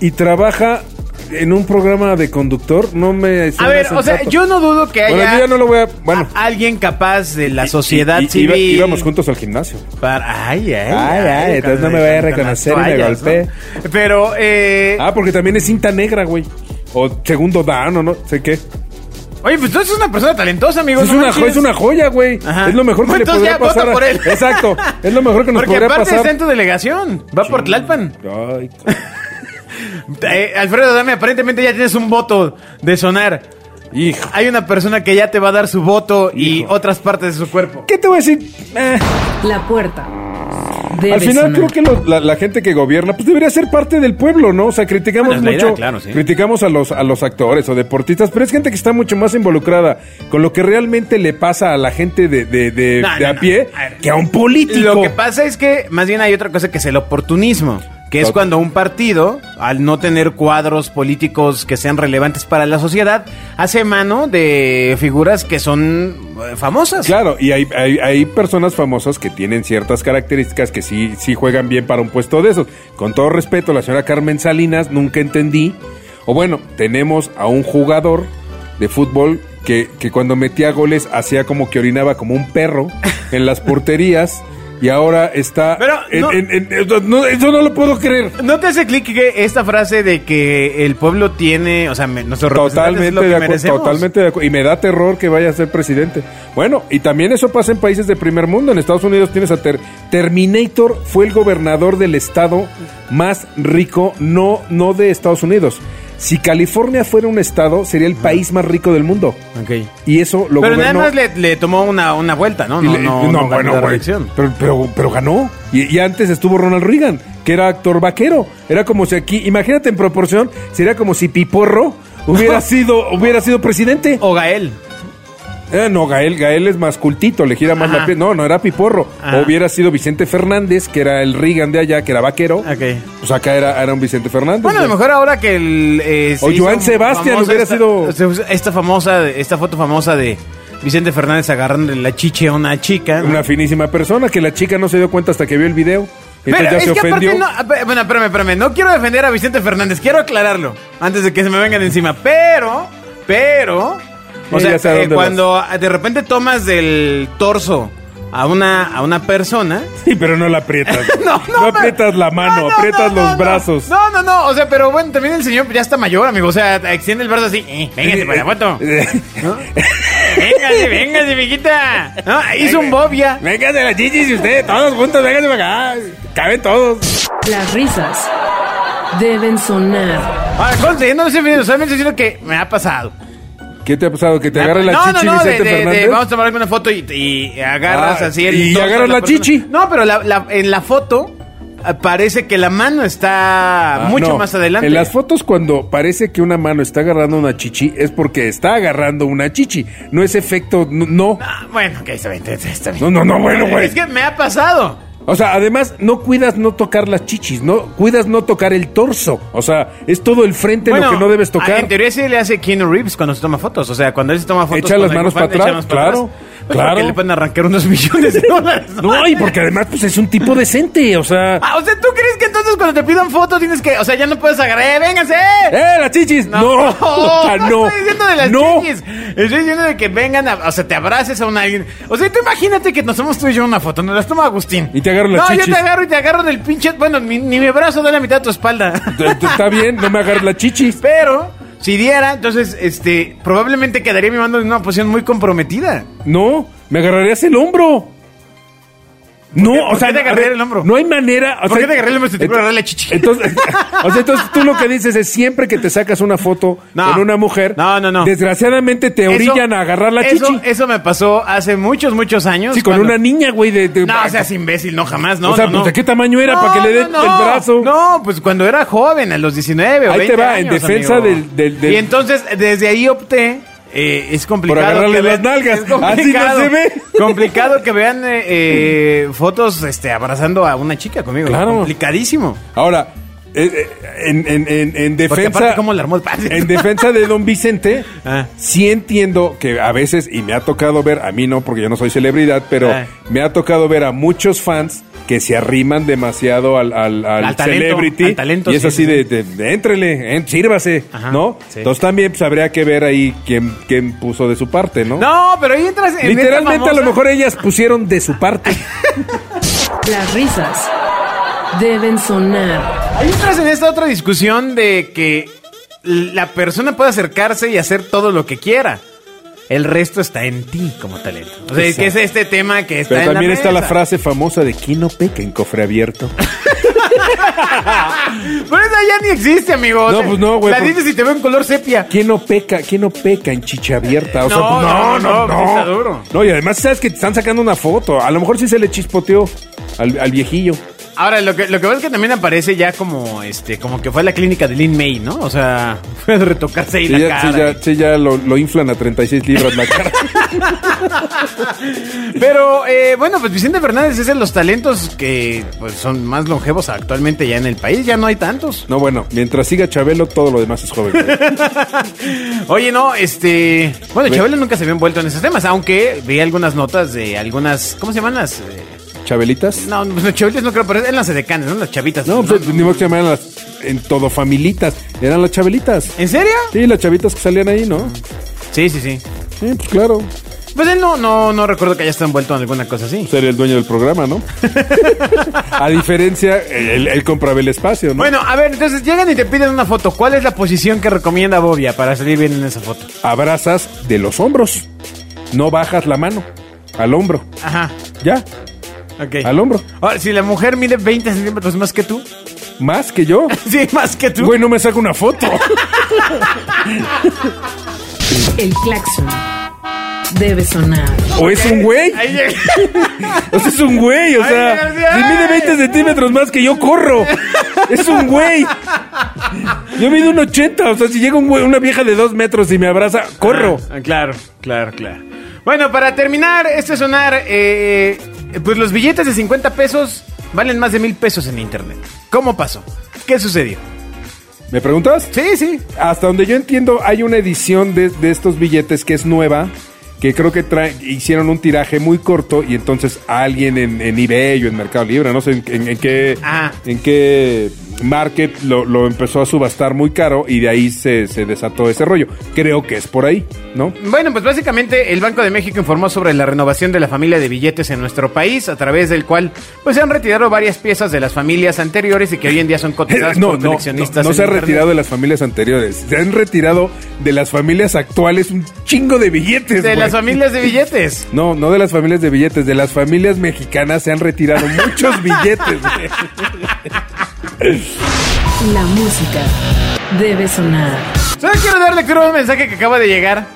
[SPEAKER 3] y trabaja en un programa de conductor. No me.
[SPEAKER 2] A
[SPEAKER 3] suena
[SPEAKER 2] ver, o sea,
[SPEAKER 3] sensato.
[SPEAKER 2] yo no dudo que haya
[SPEAKER 3] Bueno, yo ya no lo voy a. Bueno.
[SPEAKER 2] a- alguien capaz de la
[SPEAKER 3] Y-
[SPEAKER 2] sociedad
[SPEAKER 3] y- y-
[SPEAKER 2] civil.
[SPEAKER 3] iba- íbamos juntos al gimnasio.
[SPEAKER 2] para- ay, ay,
[SPEAKER 3] Ay, ay, entonces no me vaya a reconocer
[SPEAKER 2] con las
[SPEAKER 3] y me
[SPEAKER 2] toallas,
[SPEAKER 3] golpeé.
[SPEAKER 2] ¿no? Pero, eh,
[SPEAKER 3] Ah, porque también es cinta negra, güey. O segundo dan, o no sé qué.
[SPEAKER 2] oye, pues tú eres una persona talentosa, amigo.
[SPEAKER 3] es,
[SPEAKER 2] no
[SPEAKER 3] una, jo-
[SPEAKER 2] manches.
[SPEAKER 3] es una joya, güey.
[SPEAKER 2] Ajá.
[SPEAKER 3] Es lo mejor que
[SPEAKER 2] Bueno,
[SPEAKER 3] le
[SPEAKER 2] entonces ya,
[SPEAKER 3] podría pasar.
[SPEAKER 2] Vota
[SPEAKER 3] a-
[SPEAKER 2] por él.
[SPEAKER 3] Exacto. Es lo mejor que nos
[SPEAKER 2] Porque
[SPEAKER 3] podría
[SPEAKER 2] aparte
[SPEAKER 3] pasar.
[SPEAKER 2] está en tu delegación. Va por Tlalpan.
[SPEAKER 3] Ay, co-
[SPEAKER 2] Eh, Alfredo, dame, aparentemente ya tienes un voto de sonar.
[SPEAKER 3] hijo.
[SPEAKER 2] Hay una persona que ya te va a dar su voto y
[SPEAKER 3] Hijo.
[SPEAKER 2] otras partes de su cuerpo.
[SPEAKER 3] ¿Qué te voy a decir? Eh,
[SPEAKER 1] La puerta. Debe
[SPEAKER 3] al final
[SPEAKER 1] sonar.
[SPEAKER 3] creo que lo- la, la gente que gobierna pues debería ser parte del pueblo, ¿no? O sea, criticamos
[SPEAKER 2] Bueno, es Pues la
[SPEAKER 3] mucho,
[SPEAKER 2] idea, claro, sí.
[SPEAKER 3] criticamos a los a los actores o deportistas, pero es gente que está mucho más involucrada con lo que realmente le pasa a la gente de, de- de-
[SPEAKER 2] No,
[SPEAKER 3] de
[SPEAKER 2] no,
[SPEAKER 3] a
[SPEAKER 2] no.
[SPEAKER 3] pie
[SPEAKER 2] A ver.
[SPEAKER 3] que a un político.
[SPEAKER 2] Lo que pasa es que más bien hay otra cosa que es el oportunismo, que es
[SPEAKER 3] Tot-
[SPEAKER 2] cuando un partido, al no tener cuadros políticos que sean relevantes para la sociedad, hace mano de figuras que son eh, famosas.
[SPEAKER 3] Claro, y hay, hay, hay personas famosas que tienen ciertas características que sí, sí juegan bien para un puesto de esos. Con todo respeto, la señora Carmen Salinas nunca entendí. O bueno, tenemos a un jugador de fútbol que, que cuando metía goles hacía como que orinaba como un perro
[SPEAKER 2] [laughs]
[SPEAKER 3] en las porterías y ahora está...
[SPEAKER 2] Pero
[SPEAKER 3] en-
[SPEAKER 2] no-
[SPEAKER 3] en- en- eso, no, eso no lo puedo creer.
[SPEAKER 2] ¿No te hace clic que esta frase de que el pueblo tiene, o sea, me- nuestros representantes pues, es
[SPEAKER 3] Totalmente
[SPEAKER 2] lo que
[SPEAKER 3] de acuerdo,
[SPEAKER 2] merecemos?
[SPEAKER 3] totalmente de acuerdo. Y me da terror que vaya a ser presidente. Bueno, y también eso pasa en países de primer mundo. En Estados Unidos tienes a Ter- Terminator, fue el gobernador del estado más rico, no, no de Estados Unidos. Si California fuera un estado, sería el país más rico del mundo.
[SPEAKER 2] Ok.
[SPEAKER 3] Y eso lo
[SPEAKER 2] Pero nada
[SPEAKER 3] gobernó-
[SPEAKER 2] más le, le tomó una, una vuelta, ¿no?
[SPEAKER 3] y
[SPEAKER 2] No,
[SPEAKER 3] le-
[SPEAKER 2] no, no, ganó
[SPEAKER 3] bueno,
[SPEAKER 2] la
[SPEAKER 3] güey,
[SPEAKER 2] elección.
[SPEAKER 3] Pero, pero, pero ganó. Y, y antes estuvo Ronald Reagan, que era actor vaquero. Era como si aquí, imagínate en proporción, sería como si Piporro
[SPEAKER 2] [laughs]
[SPEAKER 3] hubiera sido, hubiera sido presidente.
[SPEAKER 2] O Gael.
[SPEAKER 3] Eh, no, Gael, Gael es más cultito, le gira más
[SPEAKER 2] Ajá.
[SPEAKER 3] la piel. No, no era Piporro.
[SPEAKER 2] Ajá.
[SPEAKER 3] O hubiera sido Vicente Fernández, que era el Reagan de allá, que era vaquero.
[SPEAKER 2] Ok.
[SPEAKER 3] Pues acá era, era un Vicente Fernández.
[SPEAKER 2] Bueno, a lo
[SPEAKER 3] güey.
[SPEAKER 2] mejor ahora que el. eh, se
[SPEAKER 3] O
[SPEAKER 2] hizo
[SPEAKER 3] Joan Sebastián
[SPEAKER 2] famosa
[SPEAKER 3] hubiera
[SPEAKER 2] esta-
[SPEAKER 3] sido-
[SPEAKER 2] se usa- Esta famosa, esta foto famosa de Vicente Fernández agarrando la chiche a una chica. ¿no?
[SPEAKER 3] Una finísima persona que la chica no se dio cuenta hasta que vio el video. Entonces
[SPEAKER 2] Pero
[SPEAKER 3] ya
[SPEAKER 2] es
[SPEAKER 3] se
[SPEAKER 2] que
[SPEAKER 3] ofendió.
[SPEAKER 2] aparte no. ah, pe- Bueno, espérame, espérame. No quiero defender a Vicente Fernández, quiero aclararlo. Antes de que se me vengan encima. Pero, pero. O
[SPEAKER 3] Sí,
[SPEAKER 2] sea,
[SPEAKER 3] ya sé a
[SPEAKER 2] eh,
[SPEAKER 3] dónde vas.
[SPEAKER 2] cuando ah, de repente tomas del torso a una, a una persona.
[SPEAKER 3] Sí, pero no la
[SPEAKER 2] [laughs]
[SPEAKER 3] aprietas.
[SPEAKER 2] No, no, pero-
[SPEAKER 3] aprietas la mano,
[SPEAKER 2] No, no,
[SPEAKER 3] aprietas
[SPEAKER 2] no,
[SPEAKER 3] los
[SPEAKER 2] no,
[SPEAKER 3] brazos.
[SPEAKER 2] No, no, no. O sea, pero bueno, también el señor ya está mayor, amigo. O sea, extiende el brazo así. Eh, véngase para la foto. Véngase, véngase, mijita. No, hizo un bobia.
[SPEAKER 3] [laughs] Véngase las chichis y ustedes, todos juntos, véngase para acá. Caben todos.
[SPEAKER 1] Las risas deben sonar.
[SPEAKER 2] Ahora, Conte, no sé, pero solamente diciendo que me ha pasado.
[SPEAKER 3] ¿Qué te ha pasado? ¿Que te agarra la
[SPEAKER 2] no,
[SPEAKER 3] chichi
[SPEAKER 2] no, no, de-
[SPEAKER 3] Vicente
[SPEAKER 2] de- de-
[SPEAKER 3] Fernández?
[SPEAKER 2] vamos a tomarme una foto y, y agarras
[SPEAKER 3] Ah,
[SPEAKER 2] así el
[SPEAKER 3] y
[SPEAKER 2] torso de
[SPEAKER 3] agarras la
[SPEAKER 2] persona.
[SPEAKER 3] chichi.
[SPEAKER 2] No, pero la- la- en la foto ah, parece que la mano está
[SPEAKER 3] Ah,
[SPEAKER 2] mucho
[SPEAKER 3] no.
[SPEAKER 2] más adelante.
[SPEAKER 3] En las fotos cuando parece que una mano está agarrando una chichi es porque está agarrando una chichi. No es efecto, no. no.
[SPEAKER 2] Ah, bueno, ok, está bien, está bien.
[SPEAKER 3] No, no, no, bueno, güey.
[SPEAKER 2] Es que me ha pasado.
[SPEAKER 3] O sea, además no cuidas no tocar las chichis, no cuidas no tocar el torso. O sea, es todo el frente lo que no debes tocar.
[SPEAKER 2] En teoría sí le hace Keanu Reeves cuando se toma fotos. O sea, cuando él se toma fotos.
[SPEAKER 3] Echa
[SPEAKER 2] con
[SPEAKER 3] las
[SPEAKER 2] el
[SPEAKER 3] manos
[SPEAKER 2] compadre,
[SPEAKER 3] para
[SPEAKER 2] echa las
[SPEAKER 3] atrás,
[SPEAKER 2] manos
[SPEAKER 3] claro,
[SPEAKER 2] para atrás. Pues
[SPEAKER 3] claro.
[SPEAKER 2] Porque le pueden arrancar unos [laughs] millones de dólares.
[SPEAKER 3] No, y porque además pues es un tipo decente, o sea,
[SPEAKER 2] Ah, o sea, ¿tú crees que entonces cuando te pidan fotos tienes que. O sea, ya no puedes agarrar. ¡Eh, véngase!
[SPEAKER 3] ¡Eh, las chichis! No,
[SPEAKER 2] [laughs]
[SPEAKER 3] no, o sea, no.
[SPEAKER 2] estoy diciendo de las
[SPEAKER 3] no.
[SPEAKER 2] chichis. Estoy diciendo de que vengan, a- o sea, te abraces a una alguien. O sea, tú imagínate que nos tomamos tú y yo una foto, nos las toma Agustín.
[SPEAKER 3] Y te agarro las
[SPEAKER 2] no, yo
[SPEAKER 3] chichis.
[SPEAKER 2] te agarro y te agarro del pinche. Bueno, ni, ni mi brazo da la mitad de tu espalda.
[SPEAKER 3] Está bien, no me agarres las chichis.
[SPEAKER 2] Pero si diera, entonces, este, probablemente quedaría mi mando en una posición muy comprometida.
[SPEAKER 3] No, me agarrarías el hombro. No,
[SPEAKER 2] qué-
[SPEAKER 3] o
[SPEAKER 2] por
[SPEAKER 3] sea,
[SPEAKER 2] qué te
[SPEAKER 3] a
[SPEAKER 2] agarré
[SPEAKER 3] ver,
[SPEAKER 2] el hombro?
[SPEAKER 3] No hay manera. o
[SPEAKER 2] ¿Por
[SPEAKER 3] sea,
[SPEAKER 2] qué te agarré el hombro si te
[SPEAKER 3] ent-
[SPEAKER 2] puedo agarrar la chichi?
[SPEAKER 3] Entonces, o sea, entonces tú lo que dices es siempre que te sacas una foto
[SPEAKER 2] No.
[SPEAKER 3] con una mujer,
[SPEAKER 2] No, no, no.
[SPEAKER 3] desgraciadamente te orillan
[SPEAKER 2] Eso-
[SPEAKER 3] a agarrar la
[SPEAKER 2] eso-
[SPEAKER 3] chichi.
[SPEAKER 2] Eso me pasó hace muchos, muchos años.
[SPEAKER 3] sí, con
[SPEAKER 2] cuando-
[SPEAKER 3] una niña, güey, de, de-
[SPEAKER 2] No, seas imbécil, no, jamás, no.
[SPEAKER 3] O sea,
[SPEAKER 2] no,
[SPEAKER 3] pues,
[SPEAKER 2] no.
[SPEAKER 3] ¿de qué tamaño era para que le den el brazo?
[SPEAKER 2] No, pues cuando era joven, a los 19 o
[SPEAKER 3] Ahí
[SPEAKER 2] 20
[SPEAKER 3] te va, en
[SPEAKER 2] años,
[SPEAKER 3] defensa
[SPEAKER 2] amigo.
[SPEAKER 3] del- del- del-
[SPEAKER 2] Y entonces, desde ahí opté. eh, es complicado.
[SPEAKER 3] Por agarrarle
[SPEAKER 2] que
[SPEAKER 3] las nalgas.
[SPEAKER 2] es complicado-
[SPEAKER 3] [laughs] Así no se ve.
[SPEAKER 2] Complicado que vean eh, eh, fotos este, abrazando a una chica conmigo.
[SPEAKER 3] Claro.
[SPEAKER 2] Complicadísimo.
[SPEAKER 3] Ahora, eh, eh, en, en- en- en
[SPEAKER 2] Porque
[SPEAKER 3] defensa.
[SPEAKER 2] aparte, ¿cómo le armó el pase?
[SPEAKER 3] En defensa de don Vicente,
[SPEAKER 2] [laughs] Ah.
[SPEAKER 3] sí entiendo que a veces, y me ha tocado ver, a mí no, porque yo no soy celebridad, pero
[SPEAKER 2] Ah.
[SPEAKER 3] me ha tocado ver a muchos fans que se arriman demasiado al, al, al
[SPEAKER 2] Al talento,
[SPEAKER 3] celebrity.
[SPEAKER 2] al talento,
[SPEAKER 3] y es
[SPEAKER 2] sí,
[SPEAKER 3] así
[SPEAKER 2] sí,
[SPEAKER 3] de, de- de, éntrele, en- sírvase,
[SPEAKER 2] Ajá,
[SPEAKER 3] ¿no?
[SPEAKER 2] sí.
[SPEAKER 3] Entonces también pues, habría que ver ahí quién, quién puso de su parte, ¿no?
[SPEAKER 2] No, pero ahí entras en
[SPEAKER 3] Literalmente
[SPEAKER 2] esta
[SPEAKER 3] a lo
[SPEAKER 2] famosa-
[SPEAKER 3] mejor ellas pusieron de
[SPEAKER 2] [laughs]
[SPEAKER 3] su parte.
[SPEAKER 1] Las risas deben sonar.
[SPEAKER 2] Ahí entras en esta otra discusión de que la persona puede acercarse y hacer todo lo que quiera. El resto está en ti como talento. O sea, que es
[SPEAKER 3] Exacto.
[SPEAKER 2] este tema que está
[SPEAKER 3] Pero
[SPEAKER 2] en la
[SPEAKER 3] también está la
[SPEAKER 2] mesa.
[SPEAKER 3] frase famosa de ¿Quién no peca en cofre abierto?
[SPEAKER 2] Pero esa ya ni existe, amigo. O
[SPEAKER 3] No,
[SPEAKER 2] sea,
[SPEAKER 3] pues no, güey,
[SPEAKER 2] La
[SPEAKER 3] porque-
[SPEAKER 2] dices y te veo en color sepia.
[SPEAKER 3] ¿Quién no peca? ¿Quién no peca en chicha abierta? O sea,
[SPEAKER 2] No,
[SPEAKER 3] pues,
[SPEAKER 2] no, no,
[SPEAKER 3] no, no, no,
[SPEAKER 2] pues, está duro.
[SPEAKER 3] No, y además sabes que te están sacando una foto. A lo mejor sí se le chispoteó al, al viejillo.
[SPEAKER 2] Ahora, lo que, lo que veo es que también aparece ya como este, como que fue a la clínica de Lin May, ¿no? O sea, [laughs] fue a retocarse ahí
[SPEAKER 3] Sí,
[SPEAKER 2] la
[SPEAKER 3] ya,
[SPEAKER 2] cara.
[SPEAKER 3] sí, ya, sí, ya lo, lo inflan a 36 libras la
[SPEAKER 2] [laughs]
[SPEAKER 3] cara.
[SPEAKER 2] Pero eh, bueno, pues Vicente Fernández es de los talentos que pues, son más longevos actualmente ya en el país. Ya no hay tantos.
[SPEAKER 3] No, bueno, mientras siga Chabelo, todo lo demás es joven. güey.
[SPEAKER 2] Oye, no, este. Bueno,
[SPEAKER 3] Ve-
[SPEAKER 2] Chabelo nunca se había envuelto en esos temas, aunque vi algunas notas de algunas. ¿Cómo se llaman las? eh?
[SPEAKER 3] ¿Chabelitas? No,
[SPEAKER 2] No, no, pues los chabelitas no creo, pero eran las edecanes, ¿no? Las chavitas.
[SPEAKER 3] pues, ni modo que se llamaran las en todo familitas. Eran las chabelitas.
[SPEAKER 2] ¿En serio?
[SPEAKER 3] Sí, las chavitas que salían ahí, ¿no?
[SPEAKER 2] Sí, sí, sí.
[SPEAKER 3] Sí, pues claro.
[SPEAKER 2] Pues él no, no, no recuerdo que haya estado envuelto en alguna cosa así.
[SPEAKER 3] Ser Pues, el dueño del
[SPEAKER 2] [laughs]
[SPEAKER 3] programa, ¿no? a diferencia, él, él compraba el espacio, ¿no?
[SPEAKER 2] Bueno, a ver, entonces llegan y te piden una foto. ¿Cuál es la posición que recomienda Bobia para salir bien en esa foto?
[SPEAKER 3] abrazas de los hombros. No bajas la mano al hombro.
[SPEAKER 2] Ajá,
[SPEAKER 3] Ya,
[SPEAKER 2] ok.
[SPEAKER 3] al hombro.
[SPEAKER 2] Ahora, si la mujer mide 20 centímetros más que tú.
[SPEAKER 3] Más que yo.
[SPEAKER 2] sí, más que [laughs] tú.
[SPEAKER 3] Güey, no me saco una foto.
[SPEAKER 1] El claxon debe sonar.
[SPEAKER 3] O es un güey.
[SPEAKER 2] Ahí llega.
[SPEAKER 3] O sea, es un güey. O
[SPEAKER 2] Ahí llega,
[SPEAKER 3] sea,
[SPEAKER 2] sí,
[SPEAKER 3] si mide
[SPEAKER 2] ¡ay!
[SPEAKER 3] 20 centímetros más que yo, corro. Es un güey. Yo mido un 80. O sea, si llega un güey, una vieja de dos metros y me abraza, corro.
[SPEAKER 2] Ah, claro, claro, claro. Bueno, para terminar, este sonar, eh, pues los billetes de 50 pesos valen más de mil pesos en internet. ¿Cómo pasó? ¿Qué sucedió? Ah.
[SPEAKER 3] ¿Me preguntas?
[SPEAKER 2] Sí, sí.
[SPEAKER 3] Hasta donde yo entiendo, hay una edición de, de estos billetes que es nueva, que creo que trae- hicieron un tiraje muy corto y entonces alguien en, en eBay o en Mercado Libre, no sé en, en- en qué,
[SPEAKER 2] Ah.
[SPEAKER 3] en qué market lo, lo empezó a subastar muy caro y de ahí se, se desató ese rollo. Creo que es por ahí, ¿no?
[SPEAKER 2] Bueno, pues básicamente el Banco de México informó sobre la renovación de la familia de billetes en nuestro país, a través del cual pues se han retirado varias piezas de las familias anteriores y que hoy en día son cotizadas
[SPEAKER 3] Eh, [laughs] No,
[SPEAKER 2] por
[SPEAKER 3] no, no,
[SPEAKER 2] coleccionistas.
[SPEAKER 3] no
[SPEAKER 2] en
[SPEAKER 3] se ha
[SPEAKER 2] internet.
[SPEAKER 3] retirado de las familias anteriores. Se han retirado de las familias actuales un chingo de billetes.
[SPEAKER 2] de
[SPEAKER 3] güey.
[SPEAKER 2] las familias de billetes.
[SPEAKER 3] No, no de las familias de billetes, de las familias mexicanas se
[SPEAKER 2] [laughs]
[SPEAKER 3] han retirado muchos billetes. güey.
[SPEAKER 1] La música debe sonar.
[SPEAKER 2] Solo quiero dar lectura a un mensaje que acaba de llegar.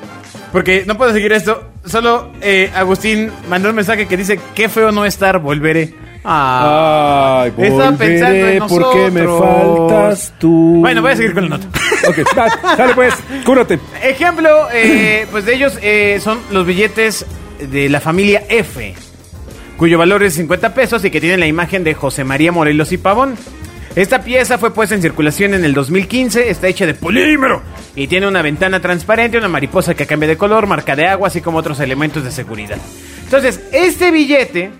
[SPEAKER 2] Porque no puedo seguir esto. Solo eh, Agustín mandó un mensaje que dice: Qué feo no estar, volveré. Ah.
[SPEAKER 3] Ay,
[SPEAKER 2] Estaba pensando en
[SPEAKER 3] volveré porque me
[SPEAKER 2] nosotros.
[SPEAKER 3] faltas tú.
[SPEAKER 2] Bueno, voy a seguir con la nota.
[SPEAKER 3] [laughs] Ok, va, dale pues, cúrate.
[SPEAKER 2] Ejemplo, eh, pues de ellos eh, son los billetes de la familia F, cuyo valor es 50 pesos y que tienen la imagen de José María Morelos y Pavón. Esta pieza fue puesta en circulación en el 2015, está hecha de polímero y tiene una ventana transparente, una mariposa que cambia de color, marca de agua, así como otros elementos de seguridad. Entonces, este billete,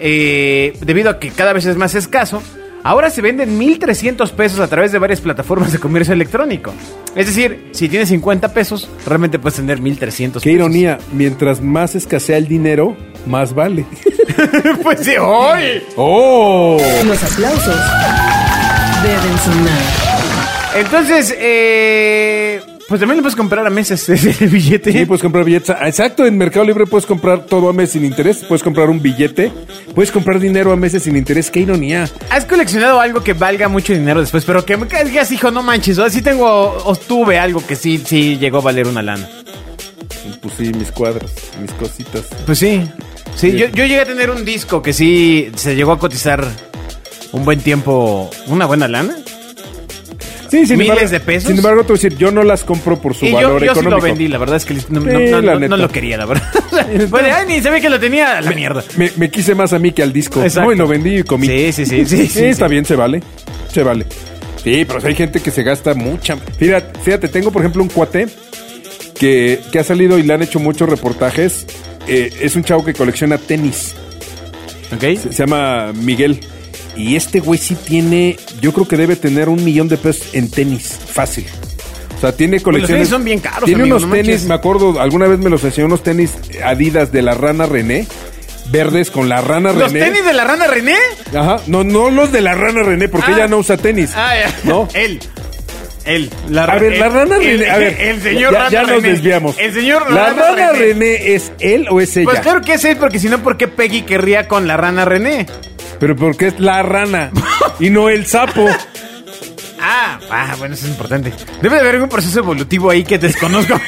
[SPEAKER 2] eh, debido a que cada vez es más escaso, ahora se venden 1.300 pesos a través de varias plataformas de comercio electrónico. Es decir, si tienes 50 pesos, realmente puedes tener 1.300 pesos.
[SPEAKER 3] Qué ironía, mientras más escasea el dinero, más vale.
[SPEAKER 2] [laughs] pues sí, hoy.
[SPEAKER 3] ¡Oh!
[SPEAKER 1] Los aplausos deben sonar.
[SPEAKER 2] Entonces, eh, Pues también le puedes comprar a meses ese billete.
[SPEAKER 3] Sí, puedes comprar billetes. Ah, Exacto, en Mercado Libre puedes comprar todo a mes sin interés. Puedes comprar un billete. Puedes comprar dinero a meses sin interés. ¡Qué ironía!
[SPEAKER 2] ¿Has coleccionado algo que valga mucho dinero después, pero que me ca- digas, hijo, no manches, o sí tengo, o tuve algo que sí, sí llegó a valer una lana?
[SPEAKER 3] Pues sí, mis cuadros, mis cositas.
[SPEAKER 2] Pues sí. Sí,
[SPEAKER 3] Sí.
[SPEAKER 2] Yo, yo llegué a tener un disco que sí se llegó a cotizar un buen tiempo, una buena lana.
[SPEAKER 3] Sí, sin
[SPEAKER 2] ¿Miles
[SPEAKER 3] embargo-
[SPEAKER 2] de pesos?
[SPEAKER 3] Sin embargo, te voy a decir, yo no las compro por su
[SPEAKER 2] y yo,
[SPEAKER 3] valor
[SPEAKER 2] yo sí
[SPEAKER 3] económico.
[SPEAKER 2] lo vendí, la verdad es que no, no-
[SPEAKER 3] Sí,
[SPEAKER 2] no-
[SPEAKER 3] la
[SPEAKER 2] no- no
[SPEAKER 3] neta.
[SPEAKER 2] lo quería, la
[SPEAKER 3] [laughs]
[SPEAKER 2] verdad. bueno, ay, ni se ve que lo tenía a la mierda.
[SPEAKER 3] Me, me quise más a mí que al disco.
[SPEAKER 2] Exacto.
[SPEAKER 3] No, y lo vendí y comí.
[SPEAKER 2] Sí, sí, sí,
[SPEAKER 3] [laughs]
[SPEAKER 2] sí, sí,
[SPEAKER 3] está
[SPEAKER 2] sí.
[SPEAKER 3] bien, se vale. Se vale. Sí, pero hay gente que se gasta mucha. Fíjate, fíjate tengo por ejemplo un cuate que, que ha salido y le han hecho muchos reportajes. Eh, es un chavo que colecciona tenis.
[SPEAKER 2] ¿Ok?
[SPEAKER 3] Se, se llama Miguel. Y este güey sí tiene, yo creo que debe tener un millón de pesos en tenis, fácil. O sea, tiene
[SPEAKER 2] Pues tenis
[SPEAKER 3] colecciones.
[SPEAKER 2] son bien caros,
[SPEAKER 3] Tiene
[SPEAKER 2] amigo,
[SPEAKER 3] unos
[SPEAKER 2] no
[SPEAKER 3] tenis,
[SPEAKER 2] manches.
[SPEAKER 3] me acuerdo, alguna vez me los enseñó unos tenis Adidas de la rana René, verdes con la rana
[SPEAKER 2] ¿Los
[SPEAKER 3] René.
[SPEAKER 2] tenis de la rana René?
[SPEAKER 3] Ajá. No, no los de la rana René, porque
[SPEAKER 2] Ah.
[SPEAKER 3] ella no usa tenis.
[SPEAKER 2] Ah, ya. [laughs]
[SPEAKER 3] ¿No?
[SPEAKER 2] Él. Él. La,
[SPEAKER 3] A ver, la rana
[SPEAKER 2] el-
[SPEAKER 3] René. A
[SPEAKER 2] [laughs]
[SPEAKER 3] ver,
[SPEAKER 2] el señor
[SPEAKER 3] ya,
[SPEAKER 2] rana
[SPEAKER 3] ya nos
[SPEAKER 2] René.
[SPEAKER 3] desviamos.
[SPEAKER 2] El señor
[SPEAKER 3] ¿La
[SPEAKER 2] rana,
[SPEAKER 3] rana
[SPEAKER 2] René.
[SPEAKER 3] René. es él o es ella?
[SPEAKER 2] Pues claro que es él, porque si no, ¿por qué Peggy querría con la rana René?
[SPEAKER 3] Pero porque es la rana y no
[SPEAKER 2] [laughs]
[SPEAKER 3] el sapo.
[SPEAKER 2] Ah, ah, bueno, eso es importante. Debe de haber algún proceso evolutivo ahí que desconozco. [laughs]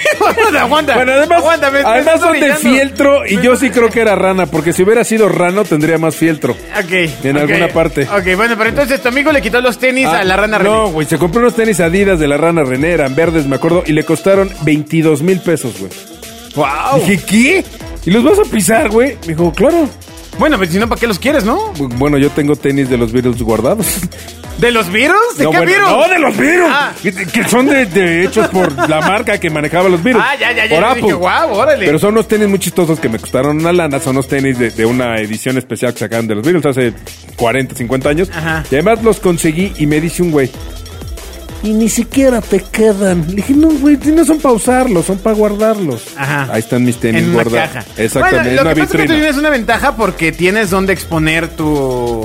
[SPEAKER 2] aguanta.
[SPEAKER 3] Bueno, además,
[SPEAKER 2] aguanta, me- me
[SPEAKER 3] además
[SPEAKER 2] estás
[SPEAKER 3] son de
[SPEAKER 2] orillando.
[SPEAKER 3] fieltro y yo sí creo que era rana, porque si hubiera sido rano tendría más fieltro.
[SPEAKER 2] Ok.
[SPEAKER 3] En
[SPEAKER 2] ok.
[SPEAKER 3] alguna parte.
[SPEAKER 2] Ok, bueno, pero entonces tu amigo le quitó los tenis
[SPEAKER 3] Ah,
[SPEAKER 2] a la rana René.
[SPEAKER 3] No, güey, se compró unos tenis Adidas de la rana René, eran verdes, me acuerdo, y le costaron 22 mil pesos, güey.
[SPEAKER 2] Wow.
[SPEAKER 3] Dije, ¿qué? ¿Y los vas a pisar, güey? Me dijo, claro.
[SPEAKER 2] Bueno, pues si no, ¿para qué los quieres, no?
[SPEAKER 3] Bueno, yo tengo tenis de los Beatles guardados. [laughs]
[SPEAKER 2] ¿De los virus? ¿De
[SPEAKER 3] no,
[SPEAKER 2] qué
[SPEAKER 3] bueno,
[SPEAKER 2] virus?
[SPEAKER 3] No, de los virus.
[SPEAKER 2] Ah.
[SPEAKER 3] Que, que son de, de hechos por la marca que manejaba los virus.
[SPEAKER 2] Ah, ya, ya, ya,
[SPEAKER 3] Por
[SPEAKER 2] yo
[SPEAKER 3] Apple.
[SPEAKER 2] dije, guau, órale.
[SPEAKER 3] Pero son unos tenis muy chistosos que me costaron una lana. Son unos tenis de, de una edición especial que sacaron de los virus hace 40, 50 años.
[SPEAKER 2] Ajá.
[SPEAKER 3] Y además los conseguí y me dice un güey. Y ni siquiera te quedan. Le dije, no, güey, no son para usarlos, son para guardarlos.
[SPEAKER 2] Ajá.
[SPEAKER 3] Ahí están mis tenis
[SPEAKER 2] en una
[SPEAKER 3] guardados.
[SPEAKER 2] caja.
[SPEAKER 3] Exactamente,
[SPEAKER 2] Bueno, lo
[SPEAKER 3] en una
[SPEAKER 2] que pasa es que tú
[SPEAKER 3] vitrina.
[SPEAKER 2] tienes una ventaja porque tienes donde exponer tu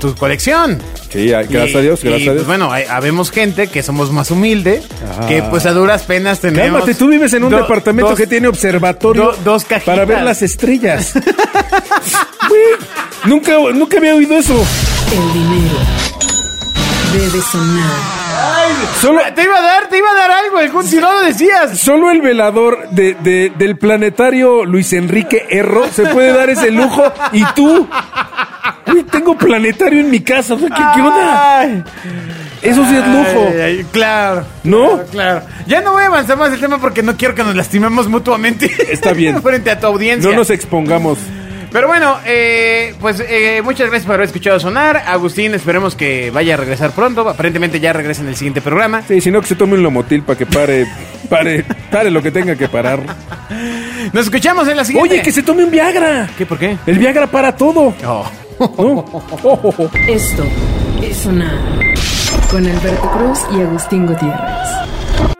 [SPEAKER 2] tu colección.
[SPEAKER 3] Sí, ay, gracias
[SPEAKER 2] Y-
[SPEAKER 3] a Dios,
[SPEAKER 2] y,
[SPEAKER 3] gracias a
[SPEAKER 2] pues,
[SPEAKER 3] Dios.
[SPEAKER 2] bueno, hay- habemos gente que somos más humilde,
[SPEAKER 3] Ajá.
[SPEAKER 2] que pues a duras penas tenemos.
[SPEAKER 3] Cálmate, tú vives en un
[SPEAKER 2] do-
[SPEAKER 3] departamento
[SPEAKER 2] dos-
[SPEAKER 3] que tiene observatorio.
[SPEAKER 2] do- dos cajitas.
[SPEAKER 3] Para ver las estrellas. [laughs] Güey, nunca, nunca había oído eso.
[SPEAKER 1] El dinero debe sonar.
[SPEAKER 3] Solo,
[SPEAKER 2] Ah, Te iba a dar, te iba a dar algo, algún- si no lo decías.
[SPEAKER 3] solo el velador de, de- del planetario Luis Enrique Erro se puede dar ese lujo. Y tú. Güey, tengo planetario en mi casa. güey, ¿Qué, qué onda?
[SPEAKER 2] Ay.
[SPEAKER 3] Eso sí es lujo.
[SPEAKER 2] Ay, ay, claro.
[SPEAKER 3] ¿No?
[SPEAKER 2] Claro, claro. Ya no voy a avanzar más el tema porque no quiero que nos lastimemos mutuamente.
[SPEAKER 3] Está bien.
[SPEAKER 2] [laughs] Frente a tu audiencia.
[SPEAKER 3] No nos expongamos.
[SPEAKER 2] Pero bueno, eh, pues eh, muchas gracias por haber escuchado sonar. Agustín, esperemos que vaya a regresar pronto. Aparentemente ya regresa en el siguiente programa.
[SPEAKER 3] Sí, sino que se tome un lomotil para que pare, pare, pare lo que tenga que parar.
[SPEAKER 2] Nos escuchamos en la siguiente.
[SPEAKER 3] Oye, que se tome un Viagra.
[SPEAKER 2] ¿Qué? ¿Por qué?
[SPEAKER 3] El Viagra para todo.
[SPEAKER 2] Oh.
[SPEAKER 3] ¿no?
[SPEAKER 2] [laughs]
[SPEAKER 1] Esto es sonar. Con Alberto Cruz y Agustín Gutiérrez.